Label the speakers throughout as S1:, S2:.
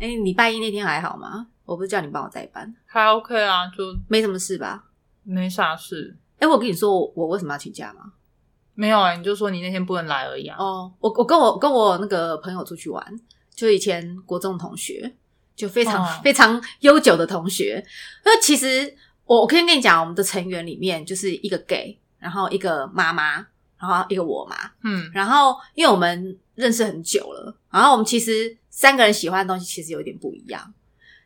S1: 哎、你拜一那天还好吗？我不是叫你帮我代班，
S2: 还 OK 啊，就
S1: 没什么事吧？
S2: 没啥事。
S1: 哎、我跟你说我，我为什么要请假吗？
S2: 没有啊、你就说你那天不能来而已啊。
S1: 哦，我我跟我跟我那个朋友出去玩，就以前国中同学，就非常、
S2: 哦
S1: 非常悠久的同学。那其实我我可以跟你讲，我们的成员里面就是一个 gay，然后一个妈妈，然后一个我妈，
S2: 嗯，
S1: 然后因为我们认识很久了，然后我们其实三个人喜欢的东西其实有点不一样。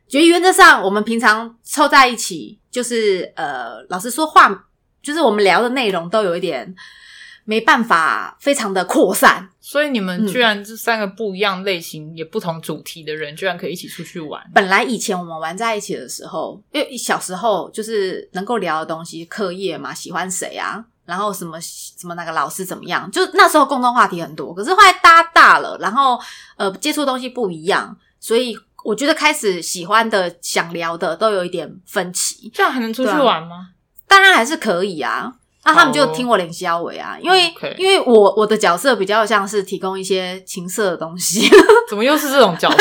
S1: 觉得原则上，我们平常凑在一起，就是呃，老实说话，就是我们聊的内容都有一点没办法，非常的扩散。
S2: 所以你们
S1: 嗯
S2: 居然这三个不一样类型、也不同主题的人，居然可以一起出去玩。
S1: 本来以前我们玩在一起的时候，因为小时候就是能够聊的东西，课业嘛，喜欢谁啊，然后什么什么那个老师怎么样，就那时候共同话题很多。可是后来大家大了，然后呃接触的东西不一样，所以我觉得开始喜欢的、想聊的都有一点分歧。
S2: 这样还能出去玩吗？
S1: 当然还是可以啊。那、他们就
S2: 好哦
S1: 听我领消委
S2: 哦
S1: 啊，因为
S2: OK
S1: 因为我我的角色比较像是提供一些情色的东西，
S2: 怎么又是这种角色？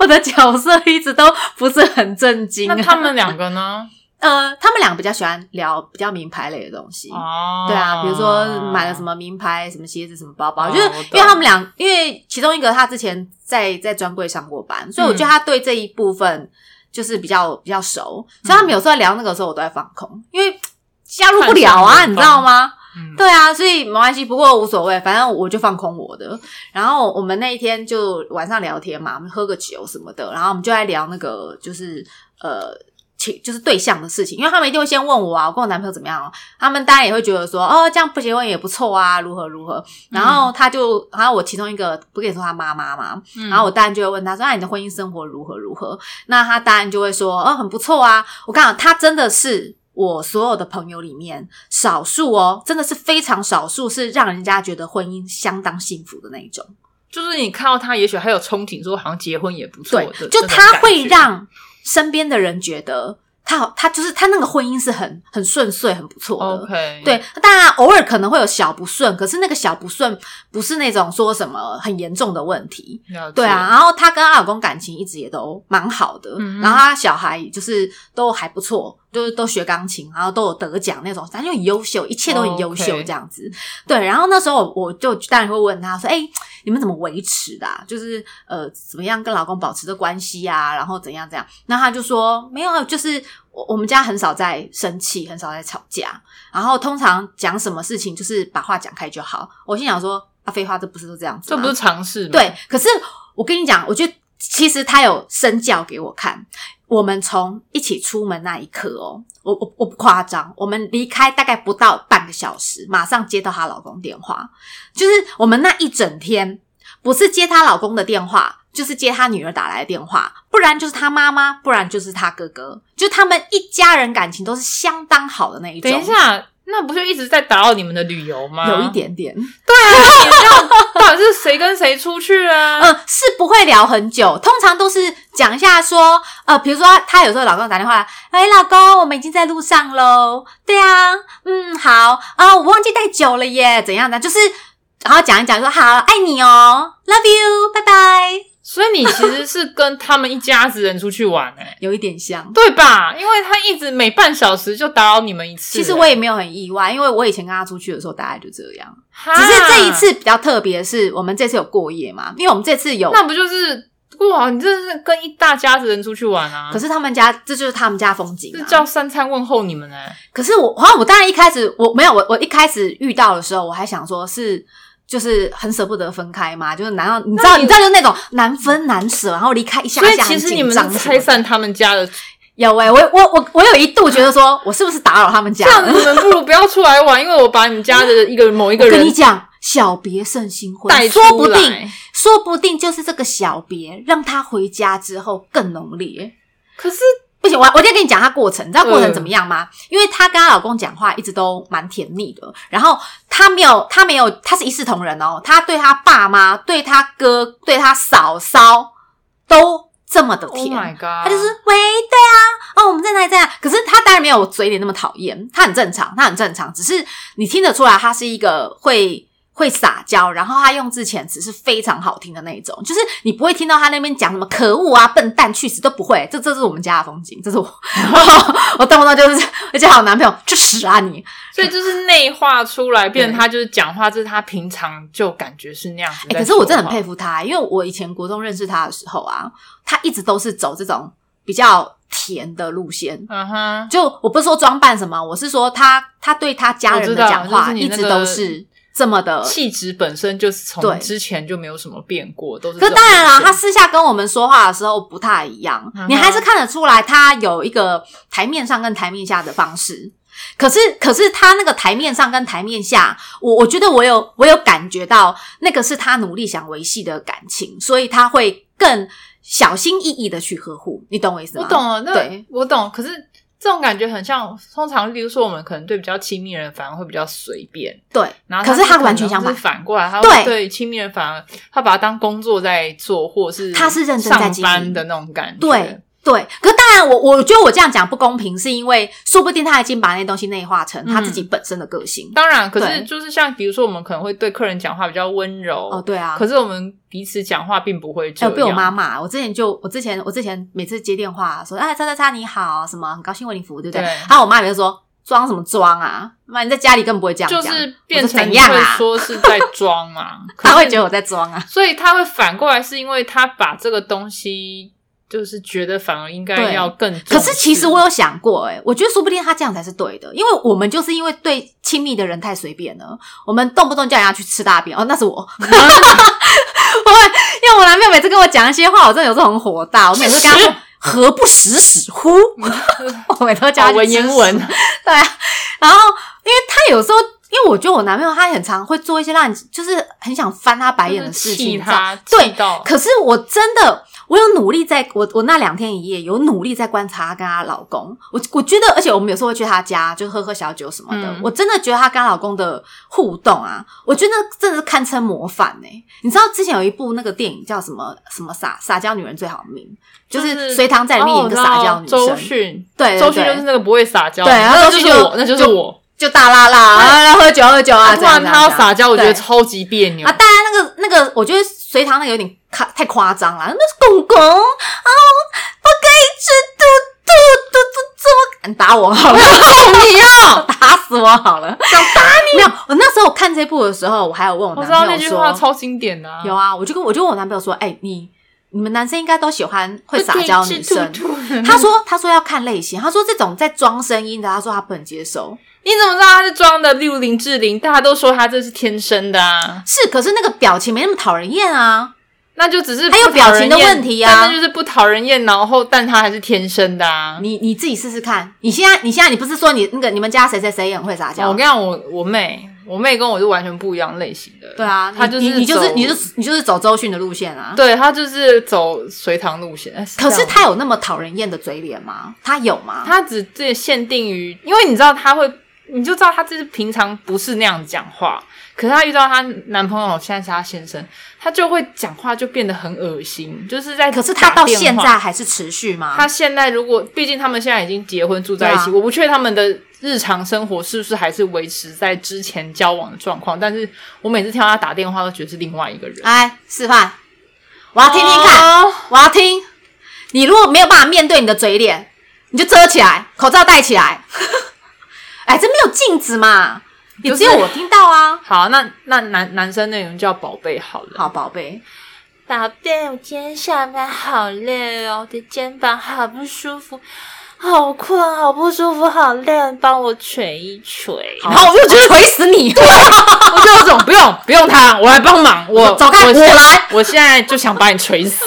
S1: 我的角色一直都不是很正经、啊。
S2: 那他们两个 呢？
S1: 呃，他们俩比较喜欢聊比较名牌类的东西。
S2: 哦，
S1: 对啊，比如说买了什么名牌、什么鞋子、什么包包，
S2: 哦
S1: 就是
S2: 我懂
S1: 因为他们俩，因为其中一个他之前在在专柜上过班，
S2: 嗯
S1: 所以我觉得他对这一部分就是比较比较熟，所以
S2: 嗯
S1: 他们有时候聊那个时候我都在放空，因为加入不了啊，
S2: 看上眼
S1: 你知道吗？
S2: 嗯，
S1: 对啊，所以没关系，不过无所谓，反正我就放空我的。然后我们那一天就晚上聊天嘛，我们喝个酒什么的，然后我们就在聊那个就是呃。情就是对象的事情，因为他们一定会先问我啊，我跟我男朋友怎么样、啊？他们当然也会觉得说，哦，这样不结婚也不错啊，如何如何。然后他就，然后我其中一个不跟你说他妈妈嘛，
S2: 嗯
S1: 然后我当然就会问他说：“啊那你的婚姻生活如何如何？”那他当然就会说：“哦，很不错啊！”我跟你讲，他真的是我所有的朋友里面少数哦，真的是非常少数，是让人家觉得婚姻相当幸福的那一种。
S2: 就是你看到他，也许还有憧憬，说好像结婚也不错
S1: 对
S2: 的，
S1: 就
S2: 那种
S1: 他
S2: 感
S1: 会
S2: 觉
S1: 让身边的人觉得他好，他就是他那个婚姻是很很顺遂、很不错的。
S2: OK
S1: 对，当然偶尔可能会有小不顺，可是那个小不顺不是那种说什么很严重的问题，
S2: 了解
S1: 对啊，，然后她跟她老公感情一直也都蛮好的，
S2: 嗯
S1: 然后她小孩就是都还不错，就是都学钢琴，然后都有得奖那种，她就很优秀，一切都很优秀
S2: 哦 OK
S1: 这样子。对，然后那时候我就当然会问她说：“哎、你们怎么维持的、啊？就是呃，怎么样跟老公保持着关系啊？然后怎样怎样？”那她就说：“没有，啊，就是我我们家很少在生气，很少在吵架，然后通常讲什么事情就是把话讲开就好。”我心想说。啊，废话，这不是都这样子
S2: 这
S1: 吗？
S2: 不是尝试
S1: 嗯
S2: 吗？
S1: 对，可是我跟你讲，我觉得其实他有身教给我看。我们从一起出门那一刻哦，我我我不夸张，我们离开大概不到半个小时，马上接到她老公电话，就是我们那一整天不是接她老公的电话，就是接她女儿打来的电话，不然就是她妈妈，不然就是她哥哥，就他们一家人感情都是相当好的那一种。
S2: 等一，下，那不就一直在打扰你们的旅游吗？
S1: 有一，点点。
S2: 到底是谁跟谁出去啊？
S1: 嗯，是不会聊很久，通常都是讲一下说，呃，比如说她有时候老公打电话来，哎，老公，我们已经在路上喽。对啊，嗯，好啊、我忘记带酒了耶，怎样的？就是然后讲一讲说，好，爱你哦，love you，拜拜，
S2: 所以你其实是跟他们一家子人出去玩、 欸，
S1: 有一点像。
S2: 对吧？因为他一直每半小时就打扰你们一次、
S1: 其实我也没有很意外，因为我以前跟他出去的时候，大概就这样。
S2: 欸
S1: 只是这一，次比较特别，是我们这次有过夜嘛？因为我们这次有
S2: 哈那不就是哇？你真的是跟一大家子人出去玩啊？
S1: 可
S2: 是
S1: 是他们家，这就是他们家风景、
S2: 这
S1: 啊。
S2: 叫三餐问候你们呢、欸
S1: 可是我，好像我当然一开始我没有，我我一开始遇到的时候，我还想说是就是很舍不得分开嘛，就是难道你知道你知道就是那种难分难舍，然后离开一下
S2: 所以
S1: 下
S2: 其
S1: 很
S2: 实你
S1: 紧
S2: 们
S1: 张什
S2: 是
S1: 么
S2: 拆
S1: 的。
S2: 散他们家的，
S1: 有诶、我我我我有一度觉得说我是不是打扰他们家
S2: 这样
S1: 了？
S2: 你们不如不要出来玩，因为我把你们家的一个某一个
S1: 我跟
S2: 人
S1: 你讲，小别胜新婚
S2: 带，出
S1: 说不
S2: 来
S1: 定说不定就是这个小别让他回家之后更浓烈。
S2: 可是
S1: 不行，我我先跟你讲她过程，你知道过程怎么样
S2: 嗯
S1: 吗？因为她跟她老公讲话一直都蛮甜蜜的，然后她没有，她没有，她是一视同仁哦，她对她爸妈、对她哥、对她嫂嫂都这么的
S2: Oh
S1: 甜。
S2: my god，
S1: 她就是喂，对啊，哦，我们在哪里在哪里？可是她当然没有我嘴脸那么讨厌，她很正常，她很正常，只是你听得出来，她是一个会。会撒娇，然后他用字遣词是非常好听的那一种，就是你不会听到他那边讲什么可恶啊、笨蛋、去死都不会。这这是我们家的风景，这是我， 我动不动就是，而且好男朋友去死啊你！
S2: 所以就是内化出来，变成他就是讲话，这是他平常就感觉是那样子
S1: 哎、
S2: 在说话、
S1: 可是我真的很佩服他，因为我以前国中认识他的时候啊，他一直都是走这种比较甜的路线。
S2: 嗯哼，
S1: 就我不是说装扮什么，我是说他他对他家人
S2: 我知
S1: 的
S2: 道
S1: 讲话、
S2: 就是你
S1: 一
S2: 那
S1: 直
S2: 个
S1: 都是这么的
S2: 气质本身就是
S1: 对
S2: 从之前就没有什么变过，都是这
S1: 可
S2: 种
S1: 是
S2: 路线。
S1: 当然啦，他私下跟我们说话的时候不太一样，
S2: 嗯哼
S1: 你还是看得出来他有一个台面上跟台面下的方式。可是，可是他那个台面上跟台面下，我我觉得我有我有感觉到，那个是他努力想维系的感情，所以他会更小心翼翼的去呵护，你懂我意思吗？
S2: 我懂了，那
S1: 对
S2: 我懂。可是这种感觉很像，通常，例如说我们可能对比较亲密的人反而会比较随便，
S1: 对，
S2: 然后
S1: 可是
S2: 是
S1: 他完全相
S2: 可
S1: 反
S2: 能是反过来，他
S1: 对
S2: 会对亲密人反而他把它当工作在做，或是
S1: 他是认真在
S2: 上
S1: 经营
S2: 班的那种感觉。
S1: 对，对，可是当然我，我觉得我这样讲不公平，是因为说不定他已经把那些东西内化成他自己本身的个性。
S2: 当然，可是
S1: 对
S2: 就是像比如说我们可能会对客人讲话比较温柔，
S1: 哦，对啊，
S2: 嗯可是我们彼此讲话并不会这
S1: 哎，
S2: 样。
S1: 被我妈骂。我之前就，我之前，我之前每次接电话说，哎，叉叉叉你好，什么很啊高兴为你服务，对不对？
S2: 对
S1: 然后我妈也就说装什么装啊，妈你在家里根本不会这样
S2: 就
S1: 讲，
S2: 是变
S1: 我说
S2: 成
S1: 怎
S2: 你
S1: 样
S2: 会
S1: 啊？
S2: 说是在装 啊，可
S1: 她
S2: 是
S1: 会觉得我在装啊，
S2: 所以他会反过来，是因为他把这个东西，就是觉得反而应该
S1: 对
S2: 要更重视。
S1: 可是其实我有想过、欸，我觉得说不定他这样才是对的，因为我们就是因为对亲密的人太随便了，我们动不动叫人家去吃大便，哦，那 是我。我会，因为我男朋友每次跟我讲一些话，我真的有时候很火大。我每次跟他 说
S2: 去
S1: “何不食屎乎”， 我每次都叫他
S2: 好
S1: 去
S2: 哦文
S1: 吃
S2: 言
S1: 屎
S2: 文，
S1: 对啊，然后因为他有时候，因为我觉得我男朋友他很常会做一些让你就是很想翻他白眼的事情，
S2: 气
S1: 你知道
S2: 他
S1: 对
S2: 气到
S1: 可是我真的，我有努力在，我我那两天一夜有努力在观察她跟她老公。我我觉得，而且我们有时候会去她家，就喝喝小酒什么的。
S2: 嗯
S1: 我真的觉得她跟她老公的互动啊，我觉得那真的是堪称模范呢、你知道之前有一部那个电影叫什么什么撒撒娇女人最好命，就
S2: 就是是
S1: 隋唐在里面演一个撒娇女生，
S2: 哦我知道周迅，
S1: 对对
S2: 周迅
S1: 对
S2: 就是那个不会撒娇，
S1: 对然后周
S2: 那就
S1: 迅
S2: 是
S1: 就
S2: 我，那就是我。
S1: 就大拉拉啊，喝酒喝酒啊，
S2: 他
S1: 这
S2: 哎
S1: 样
S2: 突然
S1: 这样
S2: 他要
S1: 这样
S2: 撒娇，我觉
S1: 对
S2: 得超级别扭
S1: 啊，。当然那个那个，我觉得隋唐那个有点夸太夸张了，那是公公啊，我不可以吃兔兔兔兔，怎么敢打我好了？你哦，打死我好了，想打你。没有，我那时候我看这部的时候，我啊还有问我
S2: 我
S1: 男
S2: 知道
S1: 朋
S2: 那
S1: 友
S2: 句话
S1: 说，
S2: 超经典的啊，
S1: 有啊，我就跟我就跟我男朋友说，哎、你你们男生应该都喜欢会撒娇女生。他
S2: 他
S1: 说：“他说要看类型，他说这种在装声音的，他说他不能接受。
S2: 你怎么知道他是装的？例如林志玲，大家都说他这是天生的啊，
S1: 是，可是那个表情没那么讨人厌啊。
S2: 那就只是
S1: 还有
S2: 不讨
S1: 表情的
S2: 人厌
S1: 问题啊
S2: 但那就是不讨人厌，然后但他还是天生的啊。
S1: 你你自己试试看。你现在你现在你不是说你那个你们家谁谁谁也很会撒
S2: 我
S1: 娇
S2: 跟你？讲，我我妹，我妹跟我是完全不一样类型的。
S1: 对啊，
S2: 她
S1: 你
S2: 就是
S1: 你你就是你就
S2: 走
S1: 是你就是走周迅的路线啊。
S2: 对她就是走隋唐路线。哎
S1: 可是
S2: 这样吗
S1: 她有那么讨人厌的嘴脸吗？她有吗？
S2: 她只这限定于，因为你知道她会，你就知道她就是平常不是那样讲话，可是她遇到她男朋友，现在是她先生，她就会讲话就变得很恶心，就是在
S1: 可是她
S2: 打
S1: 到
S2: 电话
S1: 现在还是持续吗？
S2: 他现在如果，毕竟他们现在已经结婚住在一起，
S1: 对啊
S2: 我不确定他们的日常生活是不是还是维持在之前交往的状况。但是我每次听到他打电话，都觉得是另外一个人。
S1: 来示范，我要听听看，
S2: 哦
S1: 我要听。你如果没有办法面对你的嘴脸，你就遮起来，口罩戴起来。哎，这没有镜子嘛，也
S2: 就
S1: 只
S2: 是
S1: 有我听到啊。
S2: 好，那那男男生那种叫宝贝好了。
S1: 好，宝贝，
S2: 宝贝，我今天下班好累哦，我的肩膀好不舒服，好困，好不舒服，好累，帮我捶一捶。
S1: 然后我就觉得锤死你。
S2: 啊我就哦有种不用不用他，我来帮忙，我
S1: 走开
S2: 我现
S1: 我来，
S2: 我现在就想把你捶死，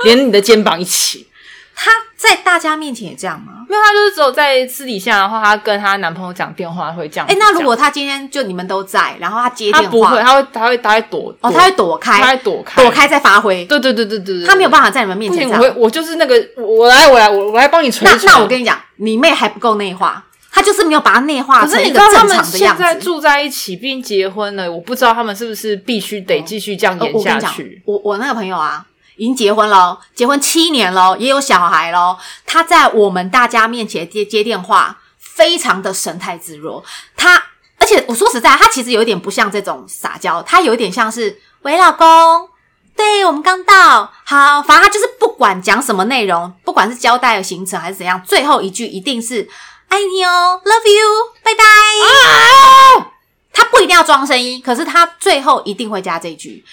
S2: 连你的肩膀一起。
S1: 她在大家面前也这样吗？
S2: 没有，她就是只有在私底下的话，她跟她男朋友讲电话会这样子
S1: 哎、
S2: 讲。
S1: 那如果他今天就你们都在，然后他接
S2: 她
S1: 电
S2: 不会，
S1: 话，
S2: 她会，她会，她会躲。
S1: 哦，
S2: 躲
S1: 他会躲开，
S2: 她会躲开，
S1: 躲。开再发挥，
S2: 对对对对对对，
S1: 他没有
S2: 法。
S1: 办法在你们面
S2: 不
S1: 前
S2: 行，
S1: 这
S2: 我
S1: 样。
S2: 会，我就是那个，我我来，我来，我我来帮你捶
S1: 那
S2: 一捶。
S1: 那我跟你讲，你妹还不够内化，她就是没有把它内化
S2: 可
S1: 成
S2: 是
S1: 一
S2: 你知
S1: 个
S2: 道他
S1: 正
S2: 们
S1: 常的
S2: 现在
S1: 样子。
S2: 住在一起，并结婚了，我不知道他们是不是必须得继续这样
S1: 呃
S2: 演
S1: 我跟
S2: 下
S1: 你讲
S2: 去。，
S1: 我我那个朋友啊，已经结婚喽，结婚七年喽，也有小孩喽。他在我们大家面前接接电话，非常的神态自若。他而且且我说实在，他其实有点不像这种撒娇，他有点像是喂老公，对我们刚到，好，反正他就是不管讲什么内容，不管是交代的行程还是怎样，最后一句一定是爱你哦，love you，拜拜。
S2: 啊
S1: 他不一定要装声音，可是他最后一定会加这一句。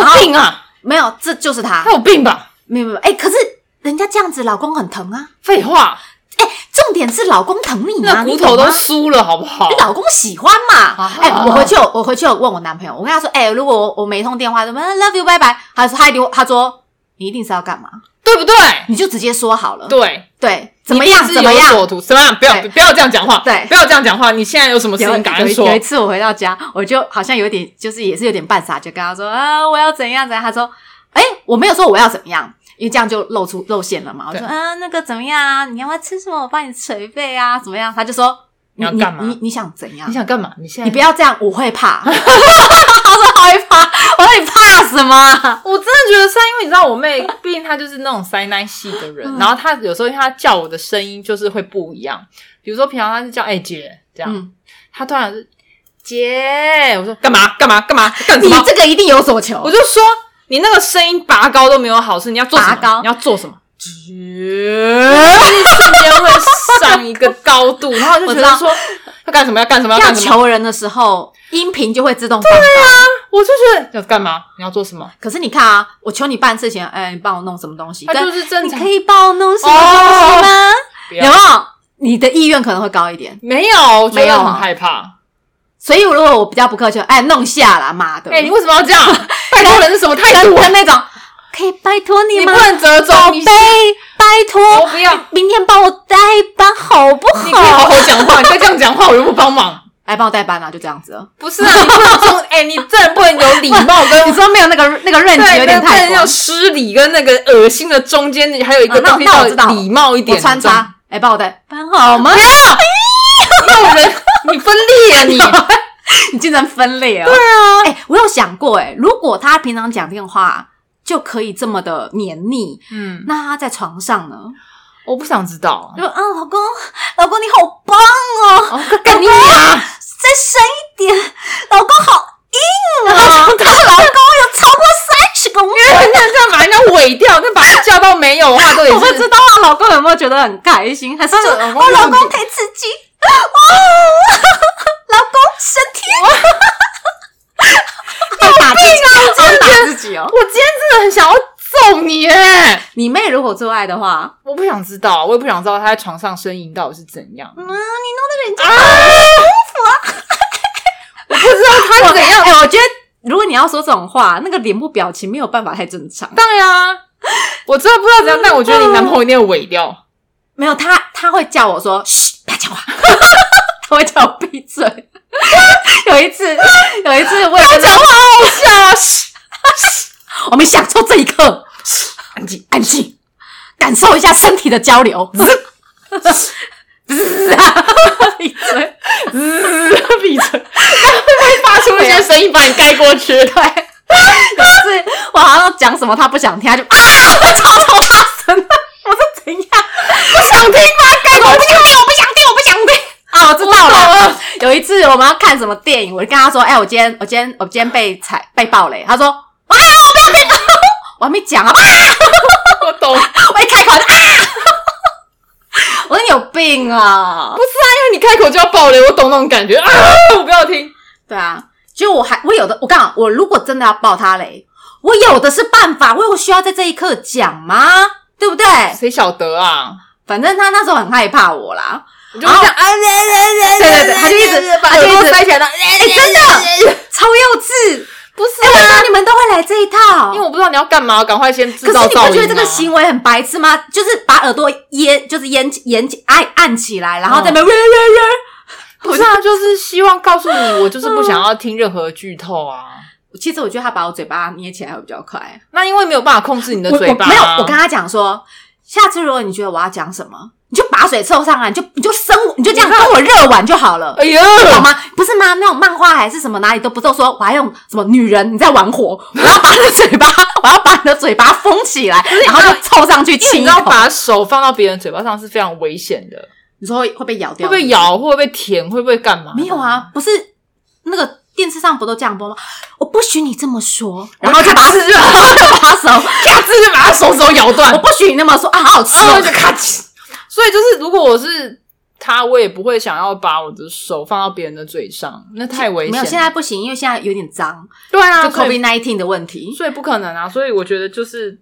S2: 他有病啊！
S1: 没有，这就是他
S2: 他。有病吧？
S1: 没有没有，哎、可是人家这样子，老公很疼啊。
S2: 废话，
S1: 哎、重点是老公疼你啊，
S2: 那骨头
S1: 你懂
S2: 都
S1: 吗
S2: 酥了，好不好
S1: 你？老公喜欢嘛
S2: 啊？
S1: 哎、我回去有我回去有问我男朋友，我跟他说，哎、如果我我没通电话，怎么 love you 拜拜？他说他留他说你一定是要干嘛？
S2: 对不对？
S1: 你就直接说好了，
S2: 对，
S1: 对，怎么样
S2: 你一定是
S1: 怎么样
S2: 有？所图？怎么样？不要
S1: 对
S2: 不要这样讲话，
S1: 对
S2: 不要这样讲话。你现在有什么事
S1: 有
S2: 情赶快
S1: 有一
S2: 说
S1: 有一？次我回到家，我就好像有点就是也是有点半傻，就跟他说啊，我要怎样怎样。他说，哎、我没有说我要怎么样，因为这样就露出露馅了嘛。我说，
S2: 对
S1: 啊，那个怎么样啊？你要不要吃什么？我帮你捶背啊，怎么样？他就说，
S2: 你要
S1: 你
S2: 干嘛
S1: 你你想怎样
S2: 你？想干嘛？你现在
S1: 你不要这样，我会 怕。我说好害怕，我说你怕什么啊？
S2: 我真的觉得是啊，因为你知道我妹，毕竟她就是那种塞奶系的人，
S1: 嗯
S2: 然后她有时候因为她叫我的声音就是会不一样，比如说平常她是叫哎、姐这样，
S1: 嗯
S2: 她突然是姐，我说干嘛干嘛干嘛干什
S1: 你
S2: 么？
S1: 这个一定有所求。
S2: 我就说你那个声音拔高都没有好事，你要做什么？
S1: 拔高
S2: 你要做什么？姐，瞬间会上一个高度，然后我就觉
S1: 我知道
S2: 得说要干什么要干什么要
S1: 要
S2: 干什么，
S1: 求人的时候，音频就会自动放大。
S2: 我就觉得要干嘛你要做什么，
S1: 可是你看啊，我求你办事情，哎、你帮我弄什么东西？
S2: 她
S1: 跟
S2: 就是正
S1: 你
S2: 常哦
S1: 可，以帮我弄什么东西吗？
S2: 不
S1: 有
S2: 要
S1: 没有？你的意愿可能会高一点，
S2: 没有，我觉
S1: 没有
S2: 得
S1: 啊
S2: 很害怕。
S1: 所以如果我比较不客气，哎，弄下啦，妈的！
S2: 哎、你为什么要这样？ 拜托人是什么态
S1: 跟
S2: 度？
S1: 跟那种可以拜托你
S2: 你
S1: 吗
S2: 不？能折
S1: 宝
S2: 中，
S1: 贝
S2: 你，
S1: 拜
S2: 我
S1: 托，
S2: 不要，
S1: 明天帮我代班好不
S2: 你可以好
S1: 好？
S2: 好讲话，你再这样讲话，我就不帮忙。
S1: 来帮我代班啦，就这样子了。
S2: 不是啊，你不能中，哎、你这人不能有礼貌跟
S1: 你说没有那个那个认知有点太
S2: 要
S1: 广，
S2: 失礼跟那个恶心的中间，还有一个
S1: 啊那我
S2: 必须要
S1: 那我知道
S2: 礼貌一
S1: 我
S2: 点，
S1: 穿插，哎，帮我代班好吗？
S2: 哎你知道，有人你分裂了你，
S1: 你竟然分裂啊！对啊，哎、我有想过、哎，如果他平常讲电话就可以这么的黏腻，
S2: 嗯，
S1: 那他在床上呢？
S2: 我不想知道
S1: 就，说啊，老公，老公你好棒哦，
S2: 哦，干你啊！
S1: 再深一点，老公好硬啊， 他老公有超过三十公
S2: 因为
S1: 分。
S2: 你这样把人家毁掉，那把他叫到没有的话，都也
S1: 我不知
S2: 是
S1: 道啊，老公有没有觉得很开心？还是就
S2: 这
S1: 我
S2: 老公
S1: 老
S2: 到
S1: 公
S2: 底
S1: 太刺激哦， 老公 身体，好啊打自己，好打自己哦！
S2: 我今天真的很想要揍你哎！
S1: 你妹如果做爱的话，
S2: 我不想知道，我也不想知道他在床上呻吟到底是怎样。
S1: 嗯，你弄得人家
S2: 我不知道他怎样。
S1: 哎、我觉得如果你要说这种话，那个脸部表情没有办法太正常。
S2: 当然啊，我真的不知道怎样，但我觉得你男朋友一定会毁掉。
S1: 没有，他他会叫我说：“嘘，不要讲话。” 他会叫我闭嘴。 有一次，有一次我也
S2: 讲话好好笑啊！嘘
S1: 我们享受这一刻，
S2: 安静，
S1: 安静，感受一下身体的交流。滋啊！闭嘴！
S2: 滋闭嘴，哎会发出一些声音把你盖过去。
S1: 对，有一次我好像讲什么他不想听，他就啊，我超超大声的， 我说怎样？
S2: 不想听吗？盖过去，
S1: 我不想听，我不想听。啊，我知道
S2: 我懂
S1: 了
S2: 了。
S1: 有一次我们要看什么电影，我就跟他说：“哎、我今天我今天我今天被踩被暴雷。”他说：“啊，我不要看。” 我还没讲啊，
S2: 我懂。
S1: 我一开口就啊， 我说你有病啊
S2: 不！是啊，因为你开口就要爆雷，我懂那种感觉啊！我不要听，
S1: 对啊，就我还我有的，我刚好我如果真的要爆他雷，我有的是办法，我有需要在这一刻讲吗？对不对？
S2: 谁晓得啊？
S1: 反正他那时候很害怕我啦，
S2: 你就这样，啊对
S1: 对对对，他就一直
S2: 把
S1: 他就
S2: 耳
S1: 一
S2: 朵
S1: 直
S2: 塞起来了。
S1: 哎、真的超幼稚。
S2: 不是
S1: 哎、我知
S2: 啊，
S1: 道你们都会来这一套，
S2: 因为我不知道你要干嘛，赶快先
S1: 可
S2: 制
S1: 是
S2: 造
S1: 你
S2: 噪音啊。
S1: 不觉得这个行为很白痴吗？就是把耳朵掖，就是掩掩按按起来，然后在那边、
S2: 嗯不是啊，就是希望告诉你，我就是不想要听任何剧透啊。
S1: 其实我觉得他把我嘴巴捏起来会比较快。
S2: 那因为没有办法控制你的
S1: 我
S2: 嘴
S1: 我
S2: 巴、啊
S1: 没有，我跟他讲说，下次如果你觉得我要讲什么，你就把水凑上来，你就你就生我，你就这样跟我热吻就好了。
S2: 哎呀，
S1: 懂吗？不是吗？那种漫画还是什么哪里都不都说，我还用什么女人你在玩火，我要把你的嘴巴，我要把你的嘴巴封起来，然后就凑上去
S2: 因为
S1: 亲
S2: 你
S1: 一
S2: 知道
S1: 口。
S2: 把手放到别人嘴巴上是非常危险的，
S1: 你说会会被咬
S2: 会
S1: 掉？
S2: 不会咬，会不会舔，会不会干嘛？
S1: 没有，啊，不是那个电视上不都这样播吗？我不许你这么说，然后就把
S2: 吃了，
S1: 就把手，
S2: 咔哧就把他手指头咬断
S1: 我，不许你那么说啊，好好吃
S2: 然后
S1: 哦
S2: 就，咔哧。所以就是，如果我是他，我也不会想要把我的手放到别人的嘴上，那太危险。
S1: 没有，现在不行，因为现在有点脏，
S2: 对
S1: 就
S2: 啊，所
S1: COVID
S2: 以
S1: nineteen 的问题，
S2: 所以不可能啊。所以我觉得就是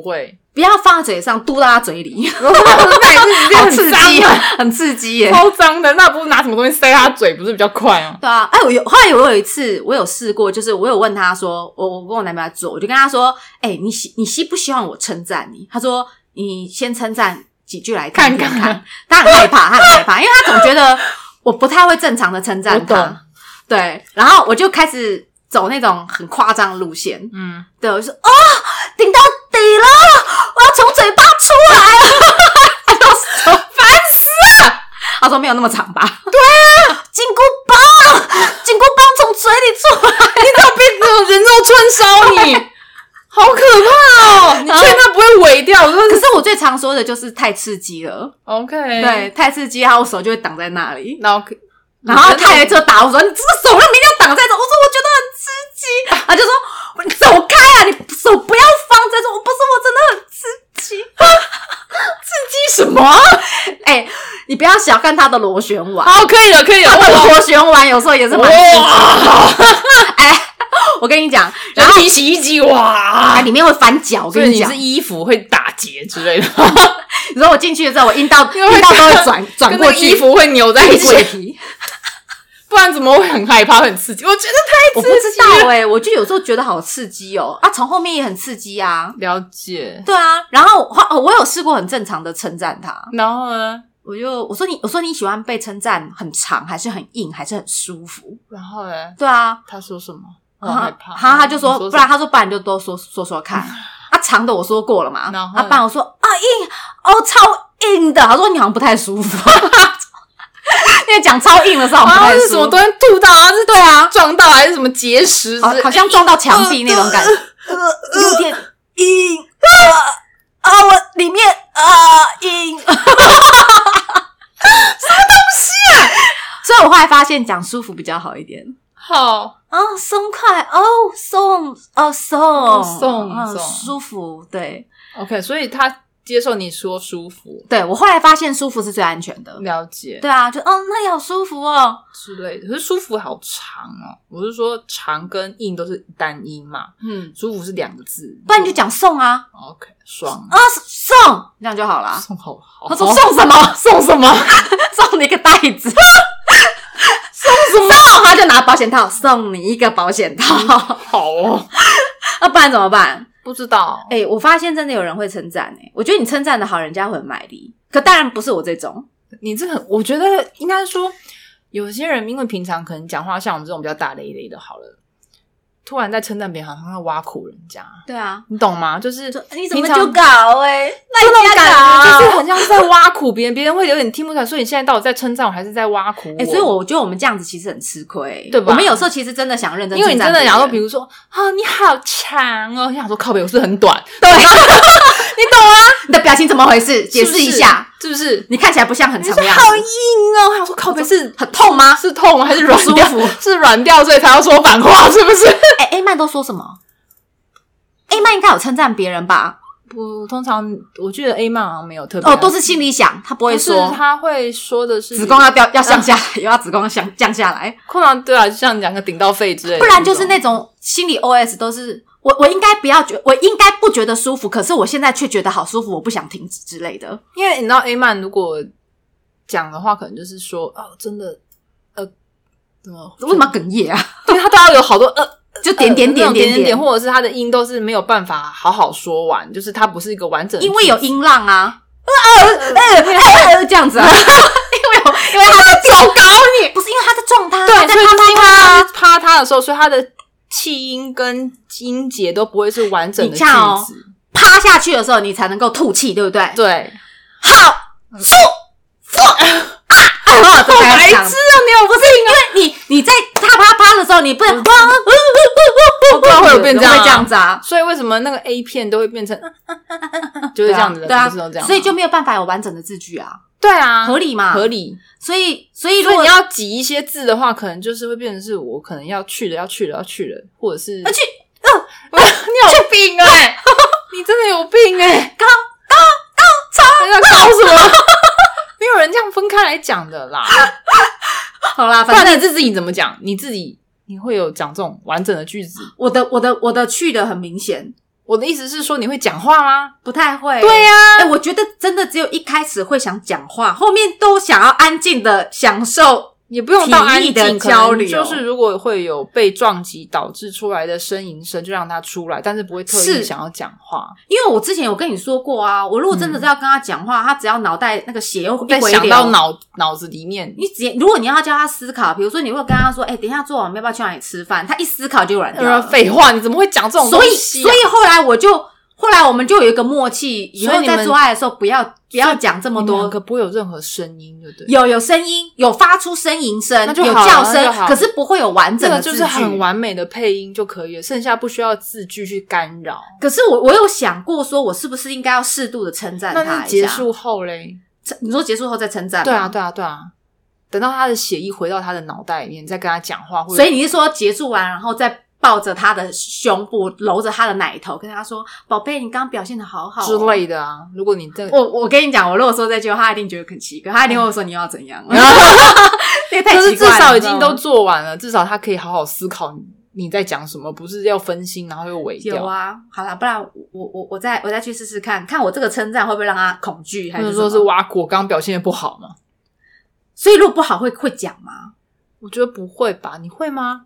S2: 会，
S1: 不要放在嘴上，嘟到他 嘴里，
S2: 那也是
S1: 好刺激
S2: 啊，，
S1: 很刺激耶。
S2: 超脏的。那不如拿什么东西塞他嘴，不是比较快啊？
S1: 对啊，哎，我有后来我有一次我有试过，就是我有问他说，我我跟我男朋友在做，我就跟他说，哎、你希你希不希望我称赞你？他说你先称赞几句来听听
S2: 看看
S1: 看，他很害怕，他很害怕，因为他总觉得我不太会正常的称
S2: 我
S1: 赞
S2: 懂
S1: 他，对，然后我就开始走那种很夸张的路线，
S2: 嗯，
S1: 对，我就说哦，顶到底了，我要从嘴巴出来了，他就说 烦死了。他说没有那么长吧？对啊，紧箍棒，紧箍棒从嘴里出来，
S2: 你怎么被这种人肉串烧你？好可怕 哦！你确定他不会毁掉？我说
S1: 可是我最常说的就是太刺激了，
S2: OK，，
S1: 对，太刺激，然后我手就会挡在那里，
S2: 然后可
S1: 然后他也就打我说你这个手为什么一定要挡在这？我说我觉得很刺激，他就说你走开啊，你手不要放在这，我不是我真的很刺 激，
S2: 激什么啊？
S1: 哎、你不要小看他的螺旋丸。
S2: 好，可以了，可以了，
S1: 他的
S2: 我
S1: 螺旋丸有时候也 是蛮刺激的。哎，我跟你讲，然
S2: 然
S1: 后
S2: 后你洗衣机哇
S1: 它，里面会翻脚，我
S2: 所
S1: 跟
S2: 以你
S1: 讲
S2: 是，衣服会打结之类的，
S1: 你说我进去的时候，我阴道
S2: 因为会
S1: 阴道都
S2: 这样
S1: 会转 转
S2: 跟
S1: 过
S2: 那个
S1: 去，
S2: 衣服会扭在一
S1: 一
S2: 起，
S1: 起。
S2: 不然怎么会很害怕、很刺激？我觉得
S1: 我不
S2: 太刺
S1: 知
S2: 激了。
S1: 道哎、我就有时候觉得好刺激哦，啊，从后面也很刺激啊。
S2: 了解，
S1: 对啊，然后我哦，我有试过很正常的称赞他，
S2: 然后呢？
S1: 我就我说你我说你喜欢被称赞很长还是很硬还是很舒服？
S2: 然后呢？
S1: 对啊，
S2: 他说什么？我好
S1: 然
S2: 害
S1: 后
S2: 怕。
S1: 啊他他就
S2: 你
S1: 说，不
S2: 什么
S1: 然他说不然你就多说说说 看。啊，长的我说过了嘛，
S2: 然后
S1: 啊，不然我说啊硬哦超硬的，他说你好像不太舒服， 因为讲超硬的时候好像不
S2: 啊，
S1: 太
S2: 是什
S1: 舒
S2: 么
S1: 服，
S2: 东西吐到，还是
S1: 对啊，
S2: 撞到，还是什么结石之
S1: 好
S2: 类？
S1: 好像撞到墙壁那种感觉，有点硬啊啊，我里面啊硬，什么东西啊？所以我后来发现讲舒服比较好一点。
S2: 好，
S1: 哦，松快哦，松哦松
S2: 松
S1: 嗯
S2: 松
S1: 舒服，对
S2: OK，所以他接受你说舒服，
S1: 对，我后来发现舒服是最安全的。
S2: 了解
S1: 对啊，就嗯，那里好舒服哦。
S2: 之类的。可是舒服好长哦，我是说长跟硬都是单音嘛，
S1: 嗯，
S2: 舒服是两个字，
S1: 不然你就讲送啊
S2: OK 爽
S1: 啊送，这样就好哦啦。
S2: 送好好，
S1: 他说送什么？
S2: 送什么？
S1: 送你一个袋子，
S2: 送什么？
S1: 然后他就拿保险套送你一个保险套，
S2: 好哦，
S1: 那不然怎么办？
S2: 不知道
S1: 哎、我发现真的有人会称赞哎，我觉得你称赞的好，人家会很卖力。可当然不是我这种，
S2: 你这个，我觉得应该说，有些人因为平常可能讲话像我们这种比较大咧咧的，好了，突然在称赞别人，好像在挖苦人家，
S1: 对啊，
S2: 你懂吗？就是
S1: 就哎你怎么
S2: 平常
S1: 就啊搞哎、
S2: 这
S1: 那
S2: 种
S1: 你家
S2: 感觉，
S1: 搞
S2: 就是很像是在挖苦别人，别人会有点听不出来。所以你现在到底在称赞我，还是在挖苦我？
S1: 哎、所以我觉得我们这样子其实很吃亏，
S2: 嗯对吧
S1: 我们有时候其实真的想认真，
S2: 因为你真的想说，比
S1: 如，
S2: 如说啊，你好长哦，你想说靠北，我是不是很短，
S1: 对，你懂吗？你的表情怎么回事？解释一下，
S2: 是不是，是不是？
S1: 你看起来不像很
S2: 你
S1: 长
S2: 说
S1: 的样
S2: 好硬
S1: 子，
S2: 哦，我想说靠北是
S1: 很痛吗？
S2: 是痛啊还是软
S1: 不舒
S2: 掉？
S1: 服
S2: 是软掉，所以才要说反话，是不是？
S1: 哎、a 曼都说什么？A 曼应该有称赞别人吧？
S2: 不，通常我记得 A 曼好像没有特别
S1: 哦，都是心里想，他不
S2: 不
S1: 会
S2: 是啊
S1: 说
S2: 他会说的是
S1: 子宫要掉要降下 来，有要子宫降降下来，
S2: 通常对啊，就像两个顶到肺之类的，
S1: 不然就是那种心理 OS 都是。我我应该不要觉，我应该不觉得舒服，可是我现在却觉得好舒服，我不想停止之类的。
S2: 因为你知道 A 曼如果讲的话，可能就是说哦，真的呃，怎么
S1: 为什么要哽咽啊？
S2: 对他都要有好多呃
S1: 就点点
S2: 呃那
S1: 点
S2: 种点
S1: 点
S2: 点，，或者是他的音都是没有办法好好说完，就是他不是一个完整的句
S1: 因
S2: 子，
S1: 为有音浪啊，呃呃呃呃这样 子啊，因为有因为他在
S2: 糟糕你
S1: 不是因为他在撞他，
S2: 对，
S1: 他在
S2: 所以就是
S1: 啪
S2: 因为
S1: 啪啊
S2: 他
S1: 啪
S2: 是啪他的时候，所以他的气音跟音节都不会是完整的
S1: 你
S2: 句
S1: 看哦
S2: 子，
S1: 啪下去的时候，你才能够吐气，对不对？
S2: 对。嗯
S1: 好，舒服 啊！
S2: 好白痴
S1: 啊！你有不是因为你你在啪啪啪的时候，你不能哇，
S2: 嗯不然会有变
S1: 这
S2: 这样、
S1: 会这样。子啊？嗯
S2: 所以为什么那个 A 片都会变成 就是这样子的，
S1: 对啊，
S2: 不是都这样吗，
S1: 所以就没有办法有完整的字句啊，
S2: 对啊，
S1: 合理嘛？
S2: 合。理。
S1: 所以，所以如
S2: 所以
S1: 果
S2: 你要挤一些字的话，可能就是会变成是我可能要去了，要去了，要去了，或者是哦
S1: 而 且，呃
S2: 你有病哎、你真的有 病哎、
S1: 啊
S2: 欸，高高高超，要搞什么？ 没有人这样分开来讲的啦。
S1: 好啦，
S2: 不
S1: 反正
S2: 然你自己怎么讲？你自己你会有讲这种完整的句子？
S1: 我的我的我的去的很明显，
S2: 我的意思是说，你会讲话吗？
S1: 不太会。
S2: 对啊呀、
S1: 哎、我觉得真的只有一开始会想讲话，后面都想要安静的享受。
S2: 也不用到安
S1: 体力的
S2: 静
S1: 交流
S2: 可能就是如果会有被撞击导致出来的呻吟声，就让它出来，但是不会特
S1: 是
S2: 意想要讲话。
S1: 因为我之前有跟你说过啊，我如果真的是要跟他讲话，他只要脑袋那个血又
S2: 再
S1: 一回
S2: 嗯想
S1: 流
S2: 到脑脑子里面，
S1: 你只如果你要叫他思考，比如说你会跟他说：“哎、等一下做完，我们要不要去哪里吃饭？”他一思考就软掉
S2: 呃，
S1: 了。
S2: 废话，你怎么会讲这种东
S1: 所以，
S2: 西、啊？
S1: 所以后来我就后来我们就有一个默契，以
S2: 所
S1: 后
S2: 以你们
S1: 在做爱的时候不要不要讲这么
S2: 你们
S1: 多
S2: 两。个不会有任何声音，对不对？
S1: 有有声音，有发出呻吟声，
S2: 那就
S1: 有
S2: 好了
S1: 叫
S2: 那就
S1: 声，
S2: 好
S1: 可是不会有完
S2: 这
S1: 整
S2: 个
S1: 的
S2: 就
S1: 字
S2: 是
S1: 句。
S2: 很完美的配音就可以了，剩下不需要字句去干扰。
S1: 可是我我有想过，说我是不是应该要适度的称赞他一
S2: 那
S1: 下？
S2: 是结束后嘞？
S1: 称，你说结束后再称赞？
S2: 对啊，。对啊，对啊。等到他的血液回到他的脑袋里面，你再跟他讲话，或者
S1: 所以你是说结束完，然后再抱着他的胸部，揉着他的奶头，跟他说：“宝贝，你刚刚表现的好好哦、
S2: 之类的啊。如果你这
S1: 我我跟你讲，我如果说这句话，他一定觉得很奇怪，他一定会说你要怎样，这也太
S2: 就是
S1: 奇
S2: 至
S1: 怪了
S2: 少已经
S1: 你
S2: 都
S1: 知道吗
S2: 做完了，至少他可以好好思考你你在讲什么，不是要分心然后又毁掉
S1: 有。啊。好啦，不然我我我我再我再去试试看，看我这个称赞会不会让他恐惧，还
S2: 或者
S1: 是
S2: 说是
S1: 什么
S2: 哇，我刚表现的不好嘛？
S1: 所以如果不好会会讲吗？
S2: 我觉得不会吧？你会吗？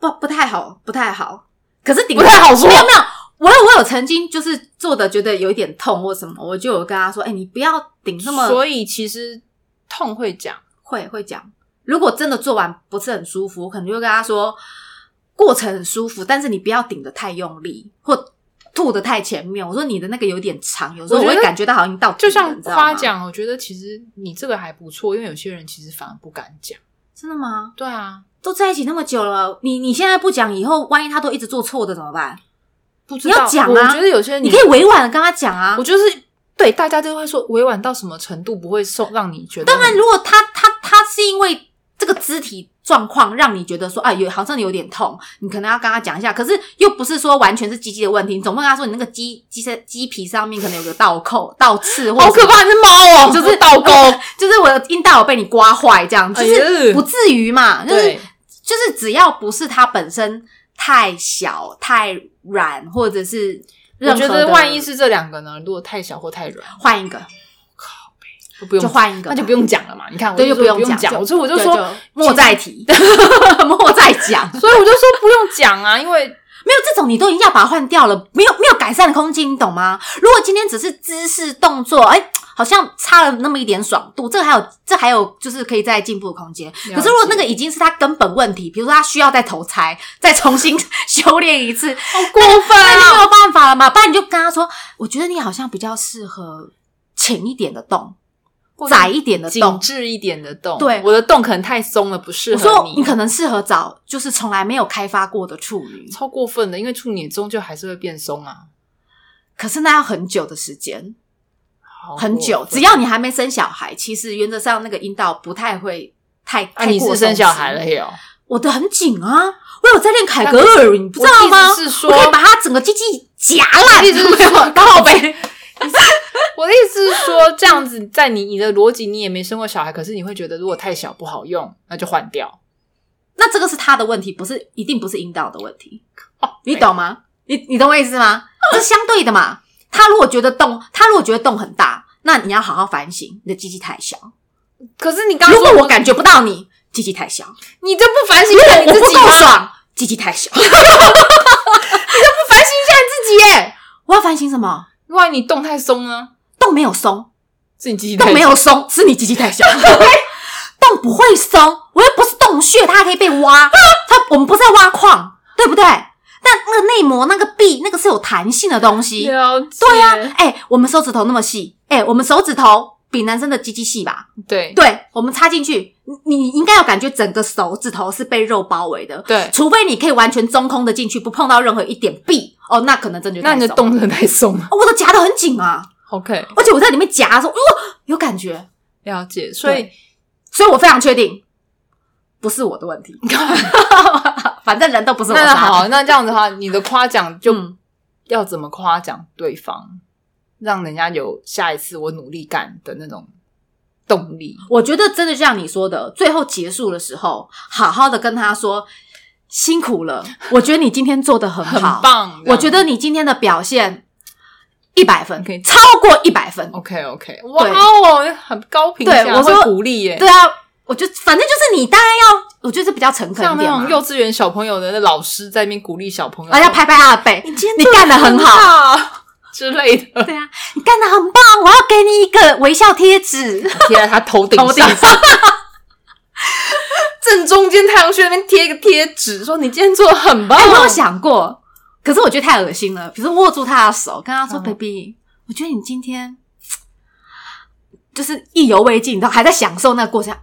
S1: 不不太好，不太好。可是顶
S2: 不太好说
S1: 没有没有。我有我有曾经就是做的觉得有一点痛或什么，我就有跟他说：“哎、你不要顶那么
S2: 所以其实痛会讲。
S1: 会会讲。如果真的做完不是很舒服，我可能就会跟他说，过程很舒服，但是你不要顶得太用力，或吐得太前面。我说你的那个有点长，有时候
S2: 我
S1: 我
S2: 觉得
S1: 会感觉到好像已经到底
S2: 就
S1: 了
S2: 像
S1: 你知道吗
S2: 夸奖，我觉得其实你这个还不错，因为有些人其实反而不敢讲。
S1: 真的吗？
S2: 对啊，
S1: 都在一起那么久了，你你现在不讲，以后万一他都一直做错的怎么办？
S2: 不知道
S1: 你要讲啊
S2: 我觉得有些人
S1: 你可以委婉的跟他讲啊
S2: 我。就是对大家都会说委婉到什么程度不会受让你觉得
S1: 当然，
S2: 很
S1: 如果他他他是因为这个肢体状况让你觉得说，啊，有好像有点痛，你可能要跟他讲一下。可是又不是说完全是鸡鸡的问题，你总不能跟他说你那个鸡鸡身鸡皮上面可能有个倒扣、倒刺，或者
S2: 好可怕，你是猫哦，
S1: 就
S2: 你
S1: 是
S2: 倒钩，
S1: 就是我的阴道有被你刮坏这样，就
S2: 哎
S1: 是
S2: 呦
S1: 不至于嘛，就是
S2: 对，
S1: 就是只要不是它本身太小、太软，或者是任
S2: 我
S1: 何
S2: 觉
S1: 的
S2: 得万一是这两个呢，如果太小或太软，
S1: 换一个，
S2: 就不用
S1: 就换一个吧，
S2: 那就不用讲了嘛。你看，我
S1: 对
S2: 就
S1: 就
S2: 说
S1: 不用
S2: 用
S1: 讲
S2: 讲，
S1: 就
S2: 我所以我就
S1: 对，就
S2: 说，
S1: 莫再提， 莫再讲。
S2: 所以我就说不用讲啊，因为
S1: 没有这种，你都已经要把它换掉了，没有没有改善的空间，你懂吗？如果今天只是姿势动作，哎，好像差了那么一点爽度，这个还有这还有就是可以再进步的空间。
S2: 解
S1: 可是如果那个已经是他根本问题，比如说他需要再投胎，再重新 修炼一次，
S2: 好过分
S1: 那
S2: 啊
S1: 就没有办法了嘛。不然你就跟他说，我觉得你好像比较适合浅一点的洞，
S2: 或者
S1: 窄一点的
S2: 紧
S1: 洞。
S2: 致一点的洞，
S1: 对
S2: 我的洞可能太松了，不适
S1: 我
S2: 合
S1: 说
S2: 你。啊
S1: 你可能适合找就是从来没有开发过的处女，
S2: 超过分的，因为处女终究还是会变松啊，
S1: 可是那要很久的时间。
S2: 好
S1: 很久
S2: 过，分
S1: 只要你还没生小孩，其实原则上那个阴道不太会太
S2: 啊，
S1: 太
S2: 你
S1: 过
S2: 是
S1: 松
S2: 生
S1: 弛
S2: 小孩了，有，
S1: 我的很紧啊，我有在练凯格尔，你不知道吗
S2: 我的意？思是说
S1: 我可以把它整个鸡鸡夹烂，
S2: 我的意思 是说
S1: 刚好呗。
S2: 我的意思是说，这样子在你你的逻辑，你也没生过小孩，可是你会觉得如果太小不好用，那就换掉。
S1: 那这个是他的问题，不是一定不是阴道的问题，
S2: 哦
S1: 你懂吗？你你懂我意思 吗？这是相对的嘛。他如果觉得洞，他如果觉得洞很大，那你要好好反省，你的鸡鸡太小。
S2: 可是你刚刚
S1: 如
S2: 说
S1: 果我感觉不到你，鸡鸡太小；
S2: 你就不反省一
S1: 如
S2: 下你
S1: 果我
S2: 自
S1: 不
S2: 己
S1: 够
S2: 吗？
S1: 爽，鸡鸡太小。
S2: 不反省一下你自己耶？
S1: 我要反省什么？
S2: 万一你洞太松呢？
S1: 洞没有松，
S2: 是你自己
S1: 洞没有松，是你鸡鸡太 小。洞不会松，我又不是洞穴，它还可以被 挖。它我们不是在挖矿，对不对？但那个内膜、那个壁、那个是有弹性的东西。
S2: 了解？啊
S1: 对啊呀、哎、我们手指头那么细，哎、我们手指头比男生的鸡鸡细吧？
S2: 对
S1: 对，我们插进去，你你应该有感觉整个手指头是被肉包围的。
S2: 对
S1: 除非你可以完全中空的进去，不碰到任何一点壁哦，那可能真的就
S2: 那
S1: 太
S2: 你的
S1: 松
S2: 动真的太松了。
S1: 哦，我都夹得很紧啊，
S2: OK，
S1: 而且我在里面夹的时候，哇、有感觉，
S2: 了解。所以
S1: 对所以我非常确定不是我的问 题，反正人都不是我
S2: 那
S1: 杀的。
S2: 好，那这样子的话，你的夸奖就
S1: 嗯
S2: 要怎么夸奖对方，让人家有下一次我努力干的那种动力。
S1: 我觉得真的就像你说的，最后结束的时候，好好的跟他说辛苦了，我觉得你今天做的很
S2: 很
S1: 好，
S2: 棒，
S1: 我觉得你今天的表现一百分
S2: OK
S1: 超过一百分。
S2: OK OK，哇哦，很高评价，
S1: 对我说
S2: 会鼓励耶，
S1: 对啊，我就反正就是你当然要，我觉得是比较诚恳
S2: 像
S1: 一
S2: 那
S1: 点
S2: 种
S1: 嘛，
S2: 幼稚园小朋友的那老师在那边鼓励小朋友，
S1: 而要拍拍他的背，
S2: 你今天
S1: 哎你
S2: 做
S1: 干得很好。
S2: 好之类的，
S1: 对啊，你干得很棒，我要给你一个微笑贴纸。
S2: 贴在他头 顶
S1: 头顶
S2: 上。 正中间太阳穴那边贴一个贴纸，说你今天做的 很棒。
S1: 哎、我有想过，可是我觉得太恶心了。比如说握住他的手，跟他说、
S2: 嗯
S1: b a b y 我觉得你今天就是意犹未尽，你知道还在享受那个过程。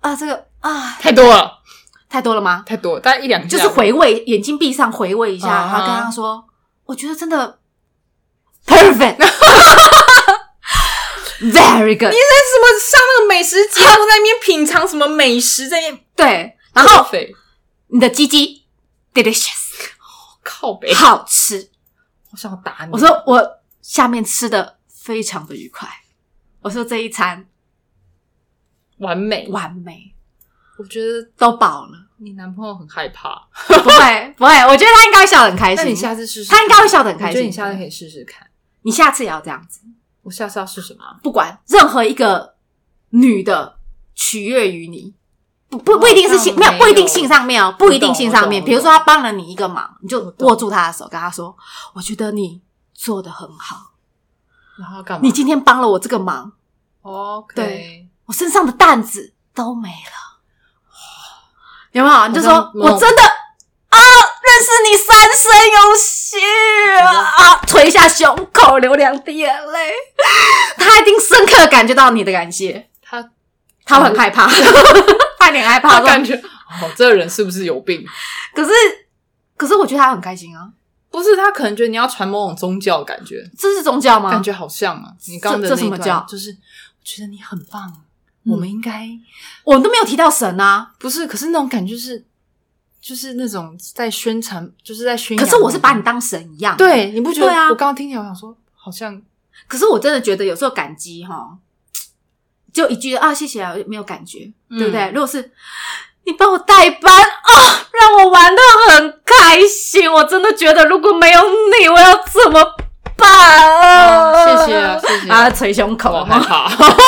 S1: 啊，这个啊，
S2: 太多了，
S1: 太多了吗？
S2: 太多了，大概一两下
S1: 就是回味，眼睛闭上回味一下，
S2: 啊
S1: 然
S2: 哈
S1: 后跟他说：“我觉得真的 perfect 。”Very good，
S2: 那什么上那个美食节目，在那边品尝什么美食，在那边
S1: 对。然
S2: 然
S1: 后
S2: 后
S1: 你的鸡鸡 delicious，
S2: 靠北，
S1: 好吃。
S2: 我想打你。
S1: 我说我下面吃的非常的愉快，我说这一餐
S2: 完美，
S1: 完美，
S2: 我觉得
S1: 都饱了，
S2: 你男朋友很害怕。
S1: 不会不会，我觉得他应该会笑得很开
S2: 那
S1: 心。
S2: 你下次试试看，
S1: 他应该会笑得很开
S2: 我觉得
S1: 心。
S2: 你下次可以试试看。
S1: 你下次也要这样子，
S2: 我下次要试什么啊？
S1: 不管任何一个女的取悦于你。不不不一定是性，
S2: 好
S1: 没
S2: 像
S1: 有不一定
S2: 哦没有
S1: 性上面哦，
S2: 懂
S1: 不一定性上面。
S2: 我懂
S1: 比如说他帮了你一个忙，你就
S2: 我懂
S1: 握住他的手，跟他说：“我觉得你做的很好，
S2: 然后要干嘛？
S1: 你今天帮了我这个忙，
S2: OK，
S1: 对我身上的担子都没了，有没有？你就说
S2: 好像没有
S1: 我真的啊，认识你三生有幸
S2: 嗯
S1: 啊，捶一下胸口，流两滴眼泪，他一定深刻地感觉到你的感谢，
S2: 他
S1: 他会很害怕，他有点害怕
S2: 他
S1: 说
S2: 感觉哦，这个人是不是有病？
S1: 可是，可是我觉得他很开心啊，
S2: 不是，他可能觉得你要传某种宗教，感觉
S1: 这是宗教吗？
S2: 感觉好像啊。你刚刚的
S1: 这
S2: 那
S1: 这
S2: 一
S1: 什么教
S2: 段就是，我觉得你很棒，
S1: 嗯
S2: 我们应该
S1: 我们都没有提到神啊，
S2: 不是，可是那种感觉就是，就是那种在宣传，就是在宣扬。
S1: 可是我是把你当神一样，。
S2: 对，你不觉得？
S1: 对啊
S2: 我刚刚听起来，我想说，好像
S1: 可是我真的觉得有时候感激哈，就一句啊谢谢啊，没有感觉，
S2: 嗯
S1: 对不对？如果是你帮我代班啊、让我玩的很开心，我真的觉得如果没有你，我要怎么办啊？
S2: 啊谢谢啊谢谢
S1: 啊，捶胸口
S2: 我害
S1: 哈，
S2: 怕。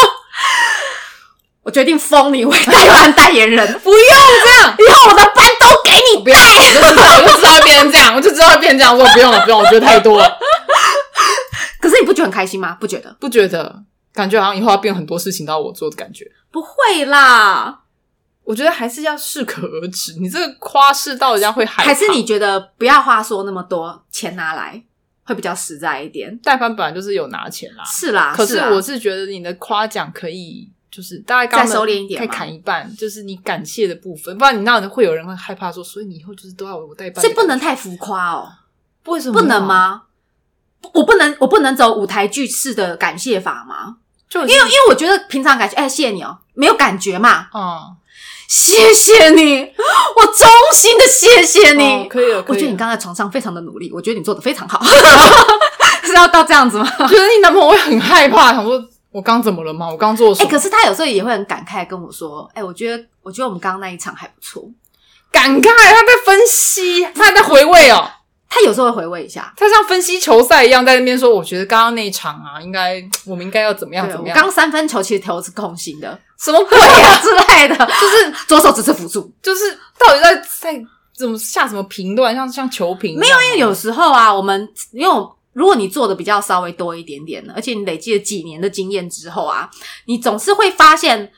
S1: 我决定封你为代班代言人，
S2: 不用这样，
S1: 以后我的班都给你
S2: 不要，我就知道，我就知道会变成这样，我就知道会变成这样。我说不用了，不用了，我觉得太多了，
S1: 可是你不觉得很开心吗？不觉得？
S2: 不觉得，感觉好像以后要变很多事情都要我做的感觉。
S1: 不会啦，
S2: 我觉得还是要适可而止。你这个夸饰到人家会害怕，
S1: 还是你觉得不要话说那么多，钱拿来会比较实在一点？
S2: 代班本来就是有拿钱啦，
S1: 是啦，
S2: 可啊是
S1: 啦
S2: 我是觉得你的夸奖可以就是大概刚刚
S1: 再收敛一点
S2: 可
S1: 嘛
S2: 以砍一半，就是你感谢的部分，不然你那样会有人会害怕说，所以你以后就是都要我代班，
S1: 所以不能太浮夸哦，
S2: 为什么
S1: 不能？吗？不我不能，我不能走舞台剧式的感谢法吗？
S2: 就
S1: 因为因为我觉得平常感谢，哎、谢谢你哦，没有感觉嘛，
S2: 啊，
S1: 谢谢你，我衷心的谢谢你。
S2: 哦可以了，可
S1: 我
S2: 以
S1: 觉得你
S2: 了
S1: 刚才床上非常的努力，我觉得你做的非常 好，是要到这样子吗？
S2: 我觉得你男朋友会很害怕，想说我刚怎么了吗？我刚做了什
S1: 哎、
S2: 么？
S1: 可是他有时候也会很感慨地跟我说，哎、我觉得我觉得我们刚刚那一场还不错。
S2: 感慨，他在分析，他在回味哦，
S1: 他有时候会回味一下，
S2: 他像分析球赛一样在那边说，我觉得刚刚那一场啊，应该我们应该要怎么样
S1: 对
S2: 怎
S1: 我
S2: 么
S1: 刚
S2: 样，
S1: 刚三分球其实投是空心 的，
S2: 什么鬼
S1: 对
S2: 啊？
S1: 啊之类的，就是左手只是辅助，
S2: 就是到底在在怎么下什么评断，像像球评啊
S1: 没有，因为有时候啊，我们因为我如果你做的比较稍微多一点点的，而且你累积了几年的经验之后啊，你总是会发现，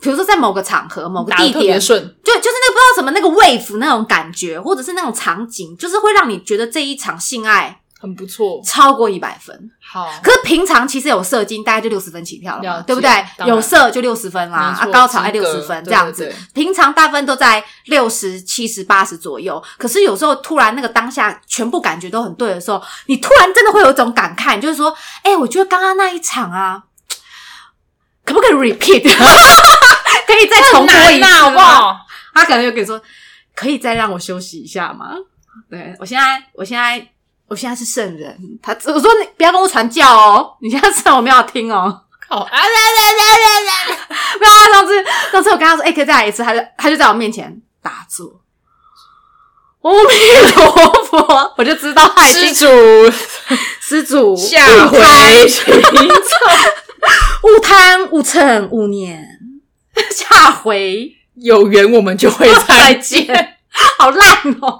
S1: 比如说在某个场合、某个
S2: 打的
S1: 地
S2: 特别
S1: 点，
S2: 顺，
S1: 就就是那个不知道什么那个 wave 那种感觉，或者是那种场景，就是会让你觉得这一场性爱
S2: 很不错。
S1: 超过一百分。
S2: 好，
S1: 可是平常其实有射精，大概就六十分起跳了
S2: 了
S1: 嘛，
S2: 解
S1: 对不对？
S2: 当然
S1: 有射就六十分啦，
S2: 没错
S1: 啊，高潮哎
S2: 及
S1: 六
S2: 格
S1: 十分
S2: 对
S1: 这样子。
S2: 对对
S1: 平常大部分都在六十七十八十左右，可是有时候突然那个当下全部感觉都很对的时候，你突然真的会有一种感慨，就是说，哎、我觉得刚刚那一场啊，可不可以 repeat？可以再重播一
S2: 很
S1: 次
S2: 难啊
S1: 吗
S2: 呐好不？好？
S1: 他可能又跟你说，可以再让我休息一下吗？对我现在，我现在，我现在是圣人。他我说你不要跟我传教哦，你现在圣人我没有要听哦。
S2: 好啊，
S1: 没有，他上次上次我跟他说，哎、可以再来一次，他就他就在我面前打坐。阿弥陀佛，我就知道他已
S2: 施
S1: 经
S2: 主
S1: 施主
S2: 下
S1: 勿
S2: 回
S1: 贪
S2: 请
S1: 勿贪勿嗔勿念，下回
S2: 有缘我们就会再
S1: 再见
S2: 见。，
S1: 好烂哦。